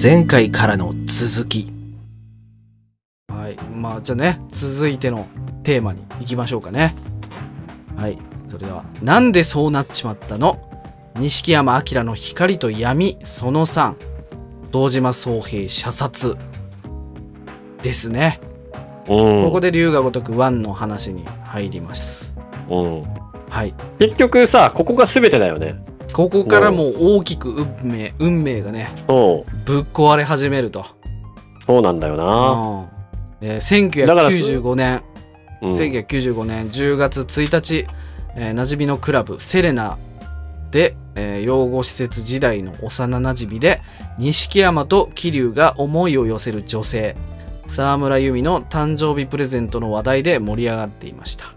前回からの続きはい。まあ、じゃあね、続いてのテーマに行きましょうかね。はい。それでは、なんでそうなっちまったの錦山明の光と闇、その3。堂島宗平射殺。ですね。うんここで龍が如く1の話に入ります。うん、はい。結局さここが全てだよねここからもう大きく運命、運命がね、そうぶっ壊れ始めると。そうなんだよな、うんえーだからそ1995年、うん、 1995年10月1日、えー、馴染みのクラブセレナで、えー養護施設時代の幼なじみで錦山と桐生が思いを寄せる女性沢村由美の誕生日プレゼントの話題で盛り上がっていました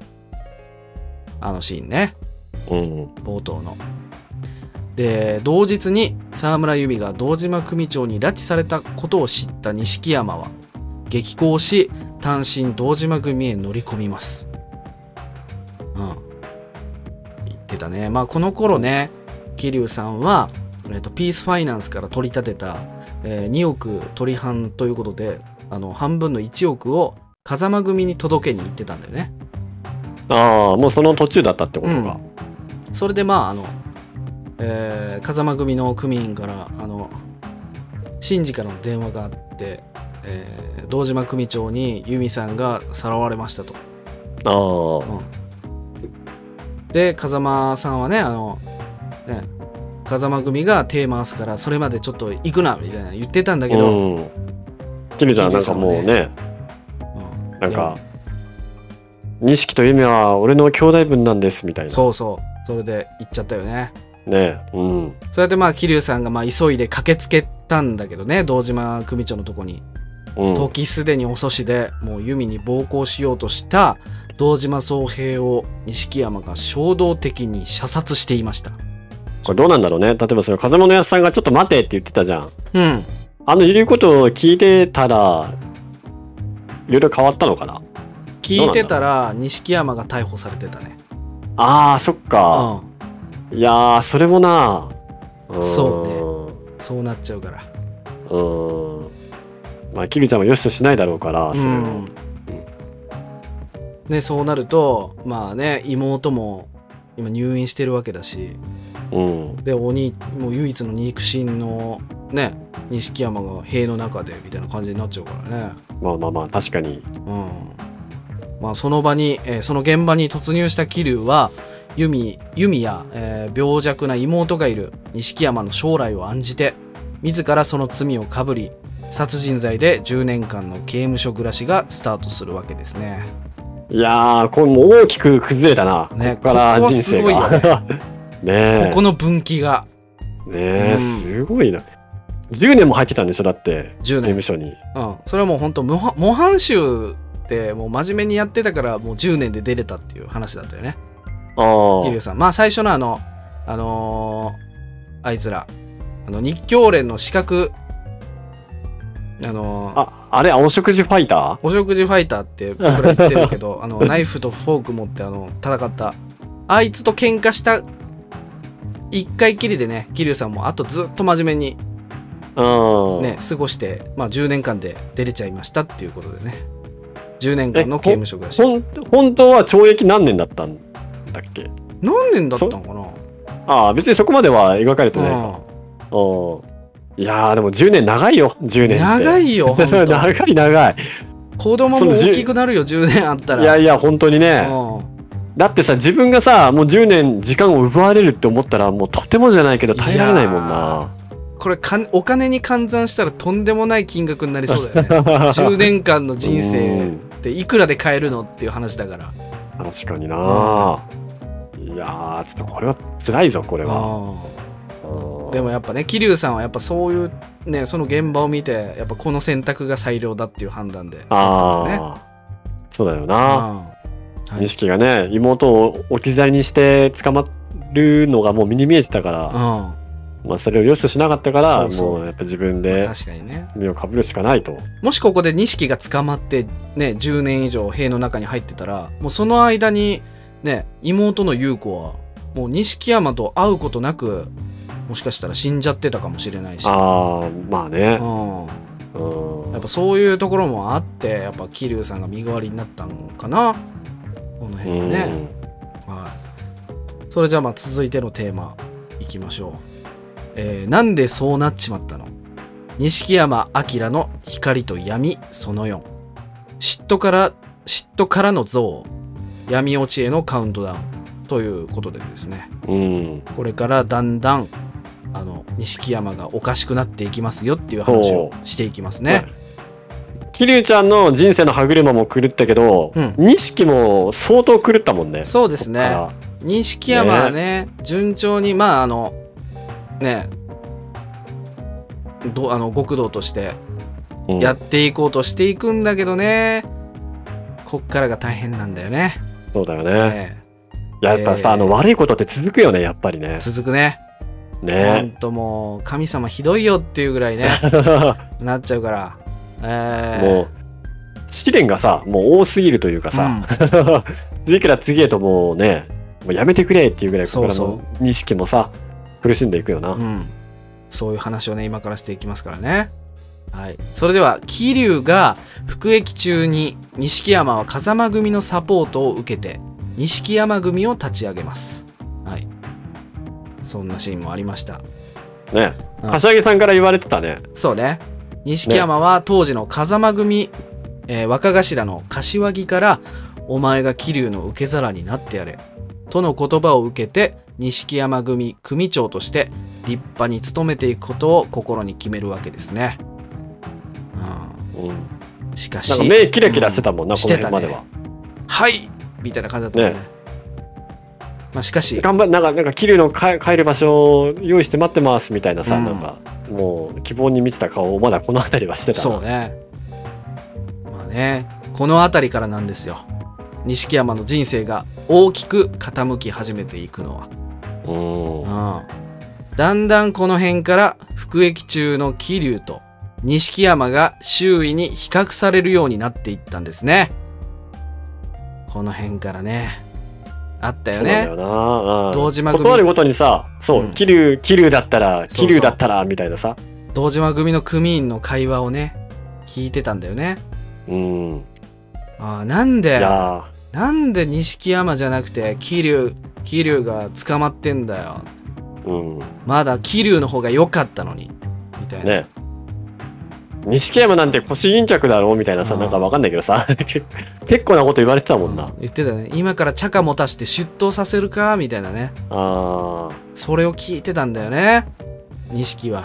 あのシーンねうん冒頭ので同日に沢村由美が堂島組長に拉致されたことを知った錦山は激高し単身堂島組へ乗り込みますうん言ってたねまあこの頃ね桐生さんは、えっとピースファイナンスから取り立てた、えー2億取り半ということであの半分の1億を風間組に届けに行ってたんだよねああもうその途中だったってことか、それでまああの、えー風間組の組員からあの新次からの電話があって、えー堂島組長に由美さんがさらわれましたと。あうあんで風間さんはねあのね風間組が手回すからそれまでちょっと行くなみたいな言ってたんだけど、うん君ちゃんなんかもうねうんないやんか錦と夢は俺の兄弟分なんですみたいなそうそうそれで行っちゃったよね。ねうんそれでまあ桐生さんがまあ急いで駆けつけたんだけどね堂島組長のとこに。うん時すでに遅しでもう弓に暴行しようとした堂島宗平を錦山が衝動的に射殺していましたこれどうなんだろうね例えばその風間のやすさんがちょっと待てって言ってたじゃんうんあの言うことを聞いてたらいろいろ変わったのかな聞いてたら錦山が逮捕されてたねあーそっか、ういやーそれもなそうねんそうなっちゃうからうーん。まあ、キビちゃんもよしとしないだろうから、そうれはんねそうなるとまあね妹も今入院してるわけだしうん。でお兄もう唯一の肉親のね錦山が塀の中でみたいな感じになっちゃうからねまあまあまあ、確かに。うんまあ、その場に、えーその現場に突入した桐生は弓弓や、えー病弱な妹がいる錦山の将来を案じて自らその罪をかぶり殺人罪で10年間の刑務所暮らしがスタートするわけですね。いやー、これもう大きく崩れたな。ねここからここは人生が。すごい ねえ。ここの分岐がねえ、うんすごいな。10年も入ってたんでしょ、だって、 10刑務年、所に。うん、それはもう本当模範模範囚ってもう真面目にやってたからもう10年で出れたっていう話だったよねあ桐生さんまあ最初のあのあのーあいつらあの日教連の資格あのーあ。あ、あれ、お食事ファイタお食事ファイターって僕ら言ってるけ どあのナイフとフォーク持ってあの戦ったあいつと喧嘩した一回きりでね桐生さんもあとずっと真面目にーうん。ね過ごして、まあ、10年間で出れちゃいましたっていうことでね10年間の刑務所暮らしほん本当は懲役何年だったんだっけ何年だったのかなああ、別にそこまでは描かれてないか。ううん。いやー、でも10年長いよ、10年んって。長いよ本当 長い長い。子供も大きくなるよ10年あったらいやいや、本当にね。うだってさ、自分がさ、もう10年時間を奪われるって思ったら、もうとてもじゃないけど耐えられないもんな。んこれかんお金に換算したらとんでもない金額になりそうだ よね10年間の人う生っんていくらで買えるのっていう話だから確かにな。いやー、ちょっとこれは辛いぞ、これは。うんでもやっぱね桐生さんはやっぱそういうねその現場を見てやっぱこの選択が最良だっていう判断であねあ、そうだよな。うんはい錦がね、妹を置き去りにして捕まるのがもう目に見えてたから、うまあそれを良しとしなかったから、そうそうもうやっぱ自分んで確かにね身をかぶるしかないと。もしここで錦が捕まってね10年以上塀の中に入ってたらもうその間にね妹の優子はもう錦山と会うことなくもしかしたら死んじゃってたかもしれないし、ああまあうねん、うんやっぱそういうところもあってやっぱ桐生さんが身代わりになったのかなこの辺はね、はい、それじゃあまあ続いてのテーマいきましょう、えーなんでそうなっちまったの錦山明の光と闇その4嫉妬から嫉妬からの憎悪闇落ちへのカウントダウンということでですねうん、うん、これからだんだんあの錦山がおかしくなっていきますよっていう話をしていきますね、桐生ちゃんの人生の歯車も狂ったけどうん錦、も相当狂ったもんねそうですねこっから錦山はね順調にまああのねどあの極道としてうんやっていこうとしていくんだけどね、こっからが大変なんだよね、そうだよねえやっぱさ、えーあの悪いことって続くよねやっぱりねえ続くねほんねともう神様ひどいよっていうぐら いねなっちゃうからええもう試練がさもう多すぎるというかさ、うん 次から次へともうねもうやめてくれっていうぐらいここからそうの錦もさ苦しんでいくよな、うん、そういう話をね今からしていきますからね。はい、それでは桐生が服役中に錦山は風間組のサポートを受けて錦山組を立ち上げます。はい、そんなシーンもありました。ねうん柏木さんから言われてたねそうね錦山は当時の風間組、えー若頭の柏木から「お前が桐生の受け皿になってやれ」との言葉を受けて錦山組組長として立派に務めていくことを心に決めるわけですね。うんうん、しかしなんか目キラキラしてたもんな、うんこの辺までは、 「はい!」みたいな感じだったよね。ねまあ、しかし頑張れなんかなんか桐生のか帰る場所を用意して待ってますみたいなさ、うんなんかもう希望に満ちた顔をまだこの辺りはしてたなそうねまあねこの辺りからなんですよ錦山の人生が大きく傾き始めていくのはうんうんだんだんこの辺から服役中の桐生と錦山が周囲に比較されるようになっていったんですねこの辺からねあったよそうなんだねよな、うん堂島組断るごとにさそううん桐生桐生だったらそう桐生だったらみたいなさ堂島組の組員の会話をね聞いてたんだよねうんいああなんでやなんで錦山じゃなくて桐生桐生が捕まってんだよーうんまだ桐生の方が良かったのにみたいな、ね錦山なんて腰巾着だろうみたいなさうんなんかわかんないけどさ 結構なこと言われてたもんな、言ってたね今から茶化持たして出頭させるかみたいなねあそれを聞いてたんだよね錦は、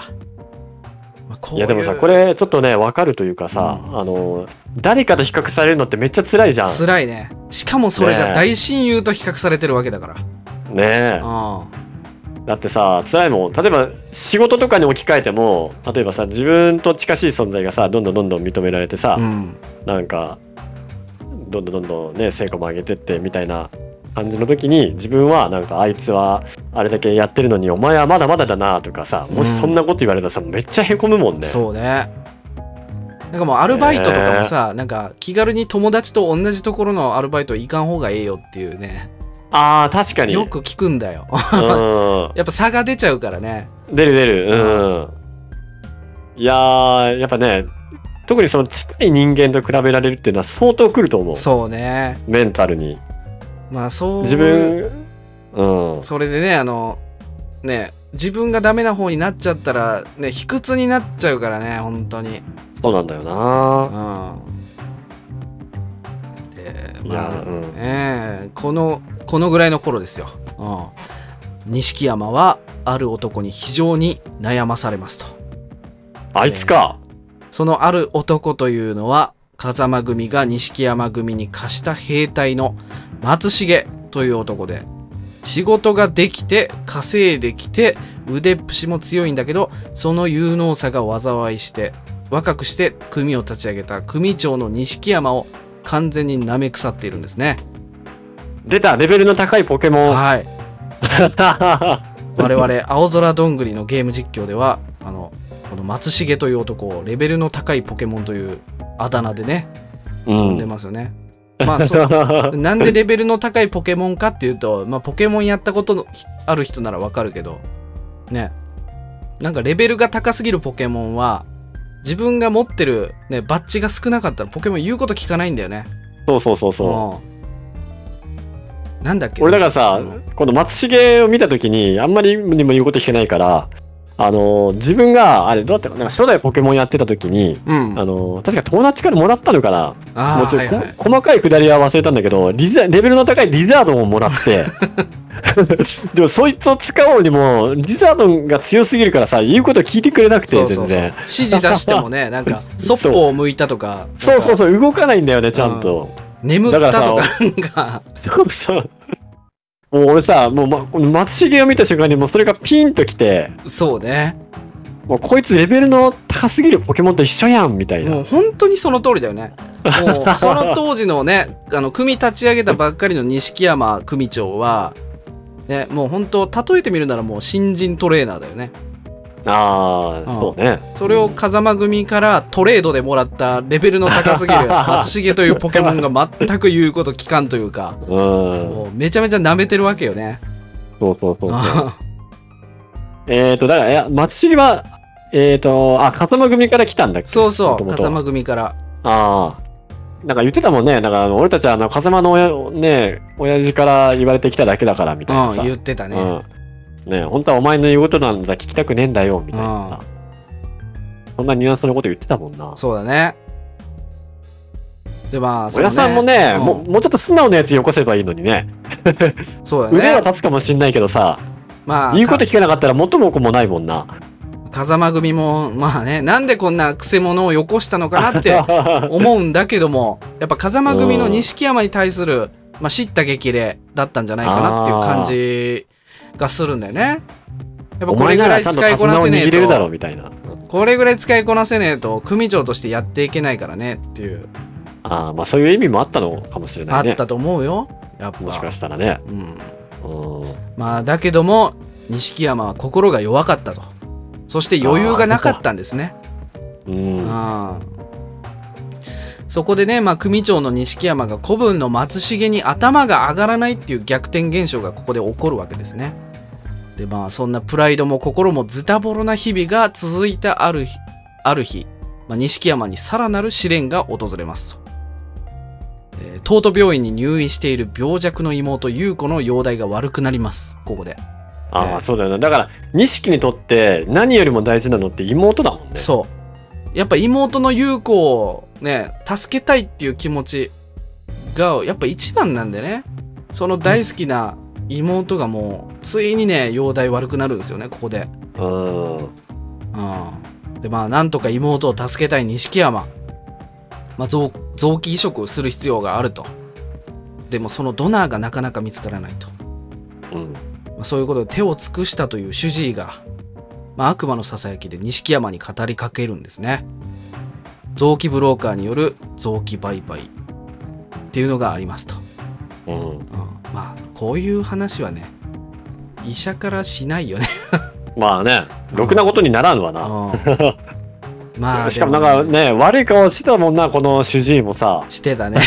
まあこーういうやでもさこれちょっとねわかるというかさ、うんあの誰かと比較されるのってめっちゃ辛いじゃん辛いねしかもそれねがえ大親友と比較されてるわけだから、ねうえだってさ辛いもん例えば仕事とかに置き換えても例えばさ自分と近しい存在がさどんどんどんどん認められてさ、んうんなんかどんどんどんどんね成果も上げてってみたいな感じの時に自分はなんかあいつはあれだけやってるのにお前はまだまだだなとかさもしうんそんなこと言われたらさめっちゃへこむもんね。そうねなんかもうアルバイトとかもさ、なんか気軽に友達と同じところのアルバイト行かん方がええよっていうねああ確かに。よく聞くんだよ うやっぱ差が出ちゃうからねん、出る出る。うん。いやーやっぱね特にその近い人間と比べられるっていうのは相当くると思うそうねメンタルに。まあそう自分うんそれでねあのね自分がダメな方になっちゃったらね卑屈になっちゃうからね本当にそうなんだようなんでいやまあ、うんええこのこのぐらいの頃ですよ、うん、錦山はある男に非常に悩まされますとあいつか。そのある男というのは風間組が錦山組に貸した兵隊の松重という男で仕事ができて稼いできて腕っぷしも強いんだけどその有能さが災いして若くして組を立ち上げた組長の錦山を完全に舐め腐っているんですね。出たレベルの高いポケモン。はい、我々青空どんぐりのゲーム実況ではあのこの松重という男をレベルの高いポケモンというあだ名でね う呼んでん。ますよね。まあ そうなんでレベルの高いポケモンかっていうと、まあ、ポケモンやったことのひある人ならわかるけどねなんかレベルが高すぎるポケモンは自分が持ってる、ね、バッジが少なかったらポケモン言うこと聞かないんだよね。そうそうそうそううんなんだっけ俺だからさうんこの松重を見た時にあんまりにも言うこと聞けないからあの自分があれどうだったかななんか初代ポケモンやってた時にうん。あの確か友達からもらったのかなあもうーちょはいいこはい。細かいくだりは忘れたんだけどリザレベルの高いリザードンをもらって でもそいつを使おうにもリザードンが強すぎるからさ言うこと聞いてくれなくてそ全うそうそう。然指示出してもね、なん か、そっぽを向いたとか、そうそうう。そう動かないんだよねちゃんと、眠ったとか、なんか、 そうそうもう俺さもう、ま、この松重を見た瞬間にもうそれがピンときてそうね。もうこいつレベルの高すぎるポケモンと一緒やんみたいな、もう本当にその通りだよね。もうその当時のね、 あの組立ち上げたばっかりの錦山組長は、ね、もう本当、例えてみるならもう新人トレーナーだよね。ああうんそうねそれを風間組からトレードでもらったレベルの高すぎる 松重というポケモンが全く言うこと聞かんというか、うんそうもうめちゃめちゃ舐めてるわけよね。そうそうそうあえっ、と、だから、いや、松重は、えっ、と、あ、風間組から来たんだっ けそうそう、元々風間組から。ああ。なんか言ってたもんね。だから、あの俺たちは、あの、風間の親、ね、親父から言われてきただけだから、みたいなうさ。ん、言ってたね。うん。ね本当はお前の言うことなんだ、聞きたくねえんだよ、みたいなさ。そんなニュアンスのこと言ってたもんな。そうだね。で、まあ、そ親のさんもね、うんもうもうちょっと素直なやつよこせばいいのにね。そうだね。腕は立つかもしんないけどさ、まあ、言うこと聞かなかったら元も子もないもんな。風間組も、まあね、なんでこんな癖者をよこしたのかなって 思うんだけども、やっぱ風間組の錦山に対する、まあ、叱咤激励だったんじゃないかなっていう感じがするんだよね。やっぱおこれ前ぐなららいちゃんと使い風こ間なをせね握えれるだろと、う、みたいな。うんこれぐらい使いこなせねえと、組長としてやっていけないからねっていう、ああ、まあそういう意味もあったのかもしれなあいねっ。たと思うよ。やっぱ。もしかしたらね。うん。うん。まあ、だけども、錦山は心が弱かったと。そして余裕がなかったんですね。うん。ああそこでね、まあ、組長の錦山が古文の松重に頭が上がらないっていう逆転現象がここで起こるわけですね。でまあそんなプライドも心もズタボロな日々が続いたある日ある日、まあ、錦山にさらなる試練が訪れますと。えー東都病院に入院している病弱の妹優子の容体が悪くなりますここで、ああ、そうだよな。だから、錦にとって何よりも大事なのって妹だもんね。そうやっぱ妹の優子をね助けたいっていう気持ちがやっぱ一番なんでねその大好きな妹がもうついにね容体悪くなるんですよねここでう。うん。うんでまあなんとか妹を助けたい錦山、まあ、臓臓器移植をする必要があるとでもそのドナーがなかなか見つからないとうん。まあ、そういうことで手を尽くしたという主治医が、まあ、悪魔のささやきで錦山に語りかけるんですね臓器ブローカーによる臓器売買っていうのがありますと、うん。うんまあこういう話はね医者からしないよね、まあね、うんろくなことにならんわな。 うんまあしかもなでね。んかね、悪い顔してたもんな、この主治医もさ して たね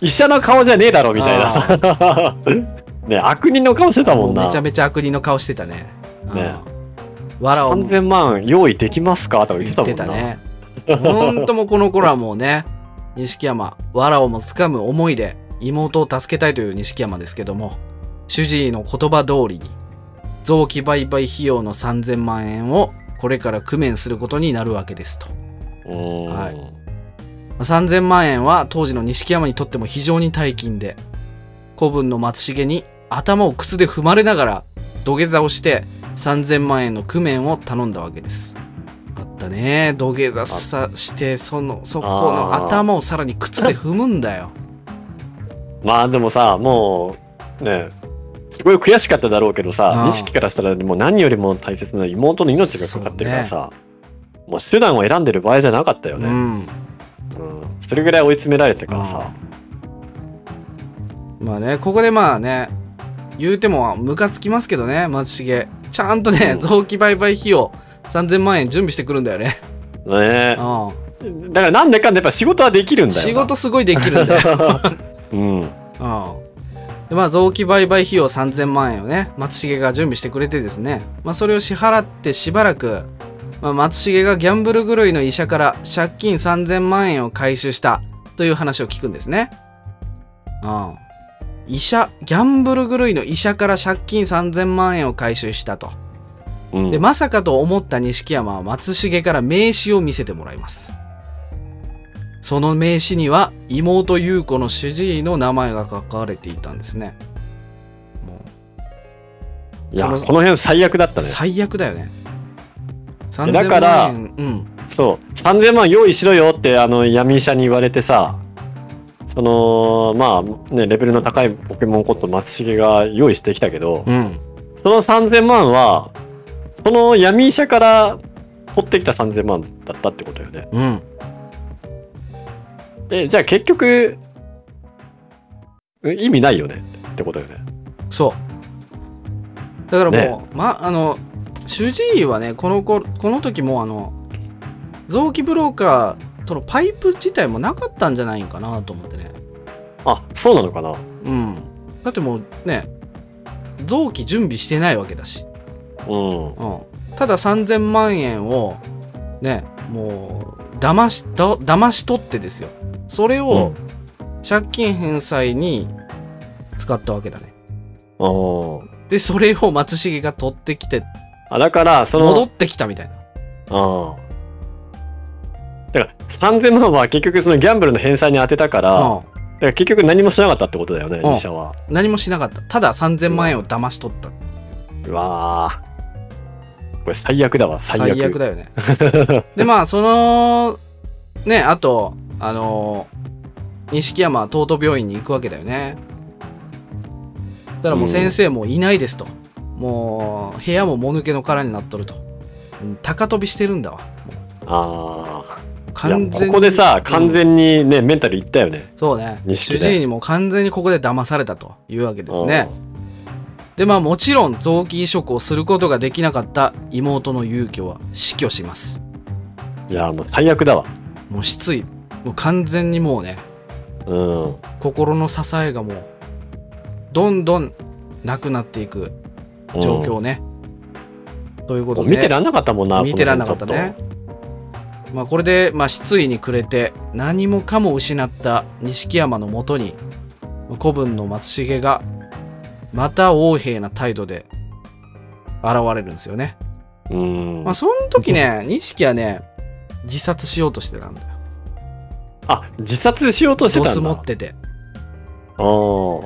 医者の顔じゃねえだろ、みたいな。 ね、悪人の顔してたもんうな。めちゃめちゃ悪人の顔してたねねうんわらをも3000万用意できますかとか言ってた言っもてんたな。ね。ほんともうこの頃はもうね、錦山、藁をもつかむ思いで妹を助けたいという錦山ですけども、主治医の言葉通りに、臓器売買費用の3000万円をこれから工面することになるわけですと。うん。はいまあ3000万円は当時の錦山にとっても非常に大金で、古文の松重に頭を靴で踏まれながら土下座をして3000万円の工面を頼んだわけです。あったね土下座さしてそのそこのあー頭をさらに靴で踏むんだよ。まあでもさもうねすごい悔しかっただろうけどあさあ錦からしたらもう何よりも大切な妹の命がかかってるからさもう手段を選んでる場合じゃなかったようね、ん、うんそれぐらい追い詰められてからあさまあねここでまあね言うてもムカつきますけどね松重ちゃんとね、うん臓器売買費用3000万円準備してくるんだよね。 ねうんだからなんでかんでやっぱ仕事はできるんだよな仕事すごいできるんだよ。うんうんでまあ臓器売買費用3000万円をね松重が準備してくれてですね、まあ、それを支払ってしばらく、まあ、松重がギャンブル狂いの医者から借金3000万円を回収したという話を聞くんですね。うん、医者ギャンブル狂いの医者から借金3000万円を回収したと。うんでまさかと思った錦山は松重から名刺を見せてもらいますその名刺には妹優子の主治医の名前が書かれていたんですねもいやそこのの辺最悪だっうたね最悪だよね3000だから万円うんそう3000万用意しろよってあの闇医者に言われてさそのまあねレベルの高いポケモンコット松重が用意してきたけど、うんその3000万はその闇医者から取ってきた3000万だったってことよねうんえじゃあ結局意味ないよねってことよねそうだからもう、ねまあの主治医はねこの頃この時もうあの臓器ブローカーとのパイプ自体もなかったんじゃないんかなと思ってねあそうなのかなうん。だってもうね、臓器準備してないわけだし。ううんん。ただ3000万円を、ね、もう、騙し、だ騙し取ってですよ。それを借金返済に使ったわけだね。うんで、それを松重が取ってきて、あだからその戻ってきたみたいな。ああ。だから3000万は結局そのギャンブルの返済に当てたから、だうん。から結局何もしなかったってことだよね、うん医者は。何もしなかった。ただ3000万円を騙し取った。うわあ。これ最悪だわ、最悪。最悪だよね。 でまあそのねあとあの錦山は東都病院に行くわけだよね。そしたらもう先生もいないですと。もう部屋ももぬけの殻になっとると。うん高飛びしてるんだわ。もうああ。いや完全こにこでさ、完全にね、メンタルいったよね。そうね。錦主で治医にもう完全にここで騙されたというわけですね。うん。でまあもちろん臓器移植をすることができなかった妹の遊居は死去します。いや、もう最悪だわ。もう失意もう完全にもうねうん。心の支えがもうどんどんなくなっていく状況ね、というこもとうで見てらんなかったもんな、見てらんなかったこの辺ねまあこれで、まあ、失意に暮れて何もかも失った錦山のもとに古文の松重がまた横柄な態度で現れるんですよね、ちょっと。うん。まあその時ね錦はね自殺しようとしてたんだよあ、自殺しようとしてボたスんだ。持っててああ。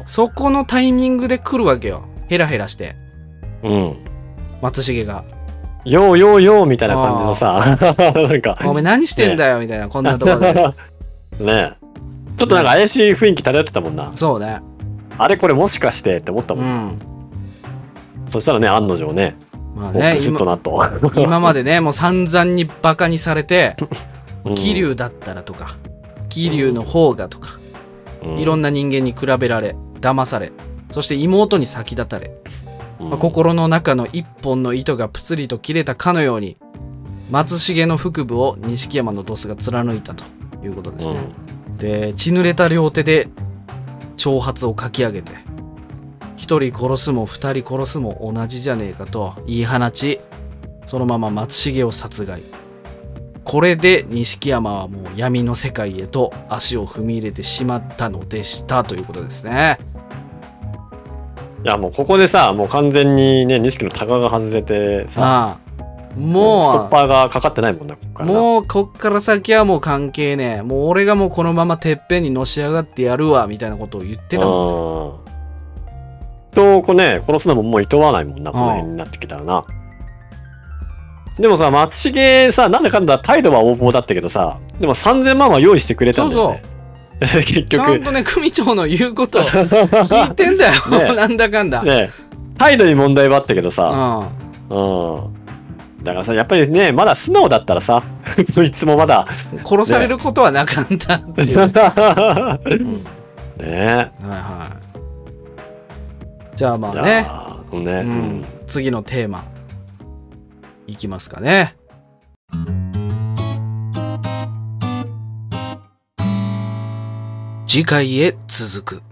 そこのタイミングで来るわけよ。ヘラヘラして、うん。松重が。ようようようみたいな感じのさ、 なんか。お前何してんだよ、みたいな、こんなところ で。ねえちょっとなんか怪しい雰囲気漂ってたもんな、そうね。あれこれもしかしてって思ったうもん、ん。そしたらね案の定ねまあもうねブ、スッと今なと、今までね、もう散々にバカにされて、 うん桐生だったらとか、桐生の方がとか、いろんな人間に比べられ、騙され、そして妹に先立たれ、うんまあ心の中の一本の糸がプツリと切れたかのように、松重の腹部を錦山のドスが貫いたということですね。で血濡れた両手で挑発をかき上げて一人殺すも二人殺すも同じじゃねえかと言い放ちそのまま松重を殺害これで錦山はもう闇の世界へと足を踏み入れてしまったのでしたということですねいやもうここでさもう完全にね錦のタガが外れてさああストッもパーがかかってないもんなここかうらなもうこっから先はもう関係ねえもう俺がもうこのままてっぺんにのし上がってやるわみたいなことを言ってたもんうん人をこうね殺すのももういとわないもんなこの辺になってきたらなでもさ松重さなんだかんだ態度は横暴だったけどさでも3000万は用意してくれたんだよね 結ちゃ局んとね組長の言うことを聞いてんだよ、ね なんだかんだ、ね態度に問題はあったけどうさ、んうん。だからさ、やっぱりね、まだ素直だったらさ、 こいつもまだ。殺されることはなかったっていう、 ねうんえ。はいはいじゃあまあいね、やーうね、うんん、次のテーマいきますかね次回へ続く。